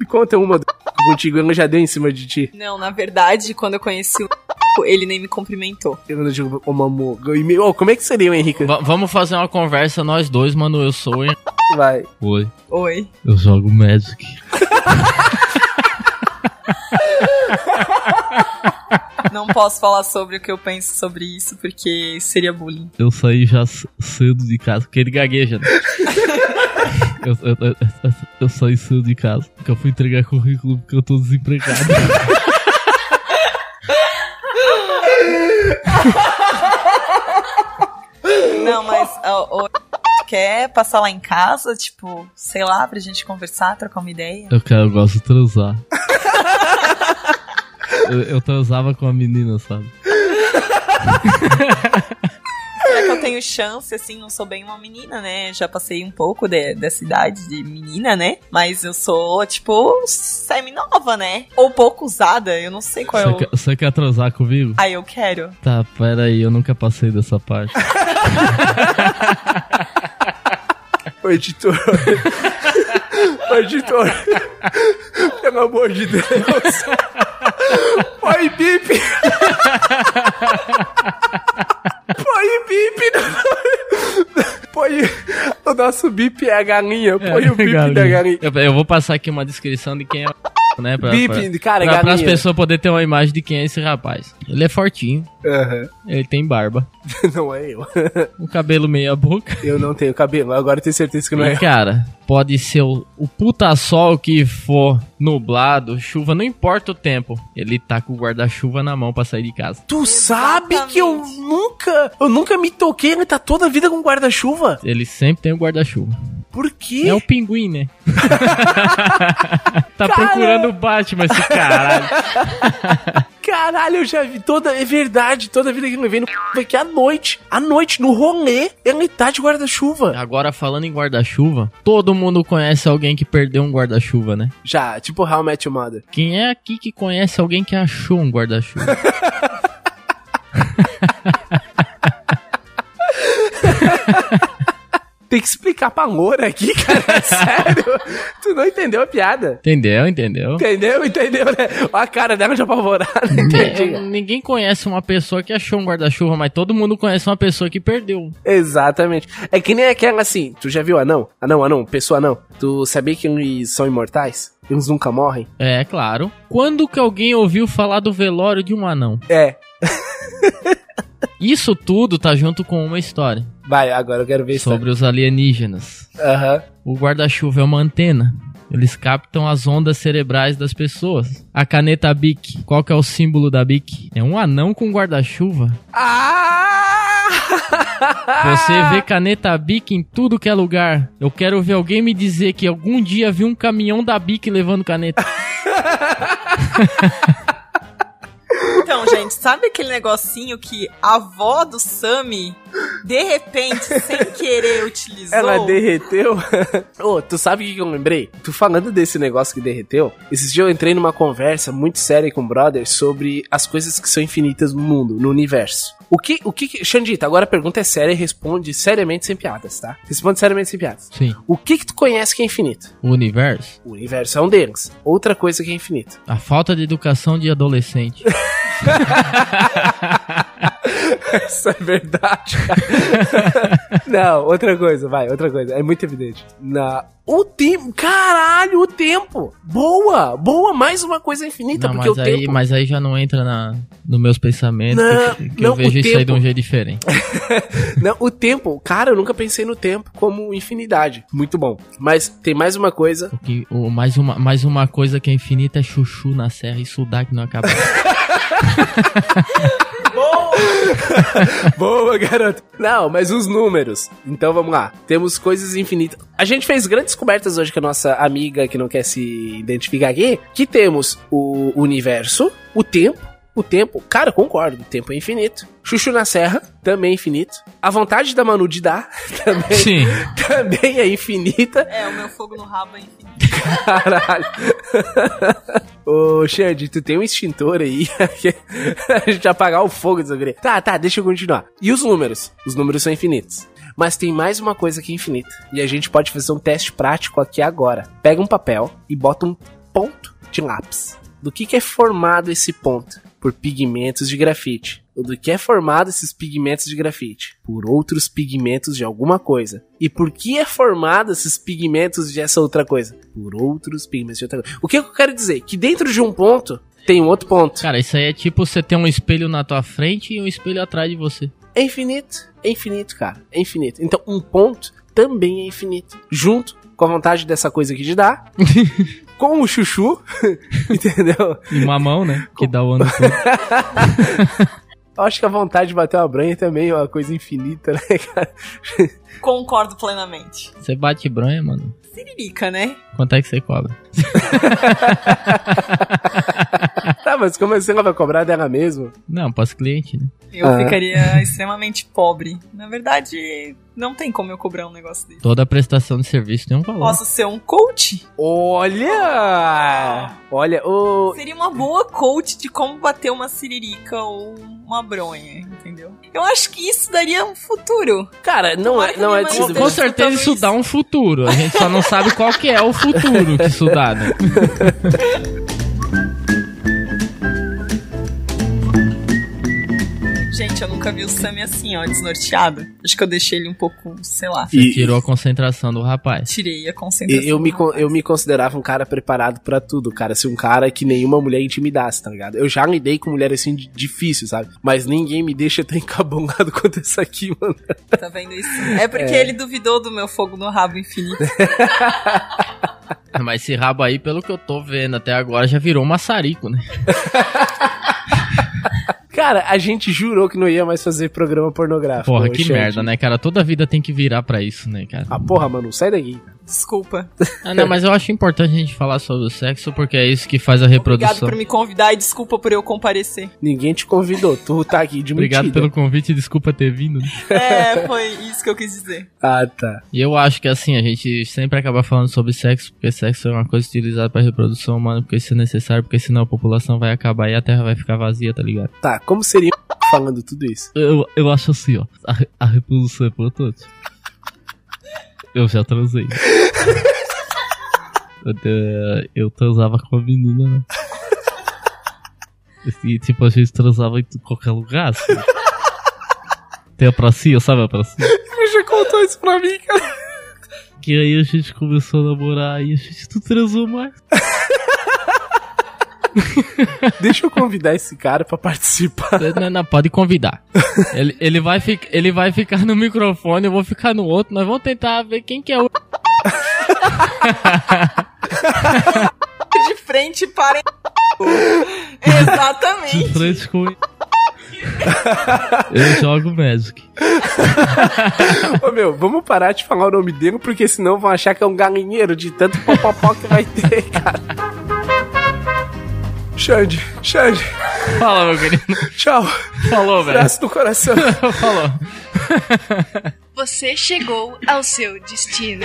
Speaker 3: Me conta uma do contigo, eu já dei em cima de ti.
Speaker 4: Não, na verdade, quando eu conheci o ele nem me cumprimentou.
Speaker 3: Eu não digo, ô, mamu. eu e me- Ô, como é que seria o Henrique?
Speaker 5: Va- vamos fazer uma conversa nós dois, mano. Eu sou. hein?
Speaker 3: Vai.
Speaker 5: Oi,
Speaker 4: Oi.
Speaker 5: eu jogo Magic.
Speaker 4: Não posso falar sobre o que eu penso sobre isso, porque seria bullying.
Speaker 5: Eu saí já c- cedo de casa, porque ele gagueja, né? eu, eu- eu- eu- eu saí cedo de casa, porque eu fui entregar currículo porque eu tô desempregado.
Speaker 4: Não, mas ó, o quer passar lá em casa, tipo, sei lá, pra gente conversar, trocar uma ideia?
Speaker 5: Eu, cara, eu gosto de transar. Eu, eu transava com a menina, sabe?
Speaker 4: Será que eu tenho chance, assim, não sou bem uma menina, né? Já passei um pouco de- dessa idade de menina, né? Mas eu sou, tipo, semi-nova, né? Ou pouco usada, eu não sei qual é
Speaker 5: Você
Speaker 4: o...
Speaker 5: quer, você quer transar comigo?
Speaker 4: Ah, eu quero.
Speaker 5: Tá, peraí, eu nunca passei dessa parte.
Speaker 3: Ô, editor. Ô, editor. Pelo amor de Deus. Põe bip. Põe bip. Põe... O nosso bip é a galinha. Põe o
Speaker 5: É
Speaker 3: bip da galinha.
Speaker 5: Eu, eu vou passar aqui uma descrição de quem é. o Né, pra,
Speaker 3: Bip,
Speaker 5: pra-
Speaker 3: cara,
Speaker 5: pra, pra as
Speaker 3: galinha.
Speaker 5: pessoas poderem ter uma imagem de quem é esse rapaz. Ele é fortinho,
Speaker 3: Aham.
Speaker 5: ele tem barba,
Speaker 3: Não é eu.
Speaker 5: um cabelo meio a boca.
Speaker 3: Eu não tenho cabelo. Agora eu tenho certeza que não é
Speaker 5: E,
Speaker 3: eu.
Speaker 5: cara, pode ser o, o puta sol que for nublado, chuva, não importa o tempo. Ele tá com o guarda-chuva na mão pra sair de casa.
Speaker 3: Tu sabe que eu
Speaker 4: Exatamente.
Speaker 3: nunca, eu nunca me toquei, ele tá toda a vida com guarda-chuva.
Speaker 5: Ele sempre tem o guarda-chuva.
Speaker 3: Por quê?
Speaker 5: É o pinguim, né? tá procurando o Batman esse caralho.
Speaker 3: Caralho, eu já vi toda, é verdade, toda a vida que ele vem no c... que à noite, à noite, no rolê, ele tá de guarda-chuva.
Speaker 5: Agora, falando em guarda-chuva, todo mundo conhece alguém que perdeu um guarda-chuva, né?
Speaker 3: Já, tipo How I Met Your Mother.
Speaker 5: Quem é aqui que conhece alguém que achou um guarda-chuva?
Speaker 3: Tem que explicar pra loura aqui, cara, é sério. Tu não entendeu a piada.
Speaker 5: Entendeu? Entendeu?
Speaker 3: Entendeu? Entendeu, né? Ó A cara dela de apavorada,
Speaker 5: É,
Speaker 3: entendi.
Speaker 5: ninguém conhece uma pessoa que achou um guarda-chuva, mas todo mundo conhece uma pessoa que perdeu.
Speaker 3: Exatamente. É que nem aquela assim, tu já viu anão? Anão, anão, pessoa anão. Tu sabia que eles são imortais? Eles nunca morrem?
Speaker 5: É, claro. Quando que alguém ouviu falar do velório de um anão?
Speaker 3: É.
Speaker 5: Isso tudo tá junto com uma história
Speaker 3: Vai, agora eu quero ver isso.
Speaker 5: sobre os alienígenas.
Speaker 3: Aham.
Speaker 5: O guarda-chuva é uma antena. Eles captam as ondas cerebrais das pessoas. A caneta Bic. Qual que é o símbolo da Bic? É um anão com guarda-chuva.
Speaker 3: Ah!
Speaker 5: Você vê caneta Bic em tudo que é lugar. Eu quero ver alguém me dizer que algum dia viu um caminhão da Bic levando caneta.
Speaker 4: Então, gente, sabe aquele negocinho que a avó do Sammy, de repente, sem querer, utilizou?
Speaker 3: Ela derreteu? Ô, tu sabe o que que eu lembrei? Tu falando desse negócio que derreteu, esses dias eu entrei numa conversa muito séria com o brother sobre as coisas que são infinitas no mundo, no universo. O que, o que, que- Xandita, agora a pergunta é séria e responde seriamente sem piadas, tá? Responde seriamente sem piadas.
Speaker 5: Sim.
Speaker 3: O que que tu conhece que é infinito?
Speaker 5: O universo.
Speaker 3: O universo é um deles. Outra coisa que é infinito.
Speaker 5: A falta de educação de adolescente.
Speaker 3: Isso é verdade. Não, outra coisa, vai, outra coisa. É muito evidente. Na... O tempo. Caralho, o tempo! Boa! Boa! Mais uma coisa infinita,
Speaker 5: não,
Speaker 3: Então, porque o
Speaker 5: mas, aí,
Speaker 3: tempo.
Speaker 5: mas aí já não entra na, nos meus pensamentos.
Speaker 3: Não,
Speaker 5: que, que
Speaker 3: não,
Speaker 5: eu vejo
Speaker 3: o
Speaker 5: isso aí de um
Speaker 3: tempo.
Speaker 5: jeito diferente.
Speaker 3: Não, o tempo, cara, eu nunca pensei no tempo como infinidade. Muito bom. Mas tem mais uma coisa.
Speaker 5: O que- o- mais, uma, mais uma coisa que é infinita é chuchu na serra e sudar que não acaba.
Speaker 3: Boa, garoto. Não, mas os números. Então vamos lá. Temos coisas infinitas. A gente fez grandes descobertas hoje com a nossa amiga que não quer se identificar aqui. Que temos o universo, o tempo. O tempo, cara, eu concordo, o tempo é infinito. Chuchu na Serra, também é infinito. A vontade da Manu de dar, também,
Speaker 5: Sim.
Speaker 3: também é infinita.
Speaker 4: É, o meu fogo no rabo é infinito.
Speaker 3: Caralho. Ô, Xande, tu tem um extintor aí? a gente apagar o fogo dessa guria. Tá, tá, deixa eu continuar. E os números? Os números são infinitos. Mas tem mais uma coisa que é infinita. E a gente pode fazer um teste prático aqui agora. Pega um papel e bota um ponto de lápis. Do que, que é formado esse ponto? Por pigmentos de grafite. Ou do que é formado esses pigmentos de grafite? Por outros pigmentos de alguma coisa. E por que é formado esses pigmentos de essa outra coisa? Por outros pigmentos de outra coisa. O que, que eu quero dizer? Que dentro de um ponto tem um outro ponto.
Speaker 5: Cara, isso aí é tipo você ter um espelho na tua frente e um espelho atrás de você.
Speaker 3: É infinito. É infinito, cara. É infinito. Então, um ponto também é infinito. Junto com a vontade dessa coisa aqui de dar. com o chuchu. entendeu?
Speaker 5: E uma mão, né? Que dá o ano todo.
Speaker 3: Eu acho que a vontade de bater uma branha também é uma coisa infinita, né, cara?
Speaker 4: Concordo plenamente.
Speaker 5: Você bate bronha, mano.
Speaker 4: Siririca, né?
Speaker 5: Quanto é que você cobra?
Speaker 3: tá, mas como assim ela vai cobrar dela mesmo?
Speaker 5: Não, pros cliente, né?
Speaker 4: Eu
Speaker 3: Ah.
Speaker 4: ficaria extremamente pobre. Na verdade, não tem como eu cobrar um negócio desse.
Speaker 5: Toda prestação de serviço tem um valor.
Speaker 4: Posso ser um coach?
Speaker 3: Olha! Olha, ô.
Speaker 4: Seria uma boa coach de como bater uma siririca ou uma bronha, entendeu?
Speaker 2: entendeu?
Speaker 4: Eu acho que isso daria um futuro.
Speaker 3: Cara, não
Speaker 4: Tomara
Speaker 3: é,
Speaker 4: que
Speaker 3: não
Speaker 4: a
Speaker 3: é
Speaker 4: minha
Speaker 3: de
Speaker 4: mãe
Speaker 3: se
Speaker 5: Com
Speaker 4: esteja-
Speaker 5: certeza
Speaker 4: Talvez.
Speaker 5: isso dá um futuro. A gente só não sabe qual que é o futuro que isso dá, né?
Speaker 4: Gente, eu nunca vi o Sammy assim, ó, desnorteado. Acho que eu deixei ele um pouco, sei lá,
Speaker 5: Você
Speaker 3: E-
Speaker 5: tirou a concentração do rapaz.
Speaker 4: tirei a concentração.
Speaker 3: E- Eu me, con- eu me considerava um cara preparado pra tudo, cara. Se um cara que nenhuma mulher intimidasse, tá ligado? Eu já lidei com mulher assim de- difícil, sabe? Mas ninguém me deixa tão encabulado quanto essa aqui, mano.
Speaker 4: Tá vendo isso? É porque ele duvidou do meu fogo no rabo infinito.
Speaker 5: Mas esse rabo aí, pelo que eu tô vendo até agora, já virou um maçarico, né?
Speaker 3: Cara, a gente jurou que não ia mais fazer programa pornográfico.
Speaker 5: Porra,
Speaker 3: Ô,
Speaker 5: que
Speaker 3: Xande.
Speaker 5: merda, né, cara? Toda vida tem que virar pra isso, né, cara?
Speaker 3: Ah, porra, mano, sai daqui.
Speaker 4: Desculpa.
Speaker 5: Ah, não, mas eu acho importante a gente falar sobre o sexo porque é isso que faz a
Speaker 4: Obrigado
Speaker 5: reprodução.
Speaker 4: por me convidar e desculpa por eu comparecer.
Speaker 3: Ninguém te convidou, tu tá aqui de
Speaker 5: Obrigado
Speaker 3: mentira.
Speaker 5: pelo convite, desculpa ter vindo. né?
Speaker 4: É, foi isso que eu quis dizer.
Speaker 3: Ah, tá.
Speaker 5: E eu acho que assim, a gente sempre acaba falando sobre sexo, porque sexo é uma coisa utilizada pra reprodução humana, porque isso é necessário, porque senão a população vai acabar e a terra vai ficar vazia, tá ligado?
Speaker 3: Tá, como seria falando tudo isso?
Speaker 5: Eu, eu acho assim, ó. A, re- a reprodução é pra todos. Eu já transei. Eu, te- eh, eu transava com a menina, né? E tipo, a gente transava em tu- qualquer lugar, assim. Tem a pracinha, sabe a pracinha?
Speaker 3: Ele já contou isso pra mim, cara.
Speaker 5: Que aí a gente começou a namorar e a gente não transou mais.
Speaker 3: Deixa eu convidar esse cara pra participar.
Speaker 5: Não, não, pode convidar. Ele, ele, vai fi- ele vai ficar no microfone, eu vou ficar no outro. Nós vamos tentar ver quem que é o.
Speaker 4: De frente para. Exatamente.
Speaker 5: De frente com. Eu jogo Magic.
Speaker 3: Ô, meu, vamos parar de falar o nome dele, porque senão vão achar que é um galinheiro de tanto popopó que vai ter, cara. Xande, Xande,
Speaker 5: Fala, meu querido.
Speaker 3: tchau.
Speaker 5: Falou, velho.
Speaker 3: Abraço no coração.
Speaker 5: Falou.
Speaker 2: Você chegou ao seu destino.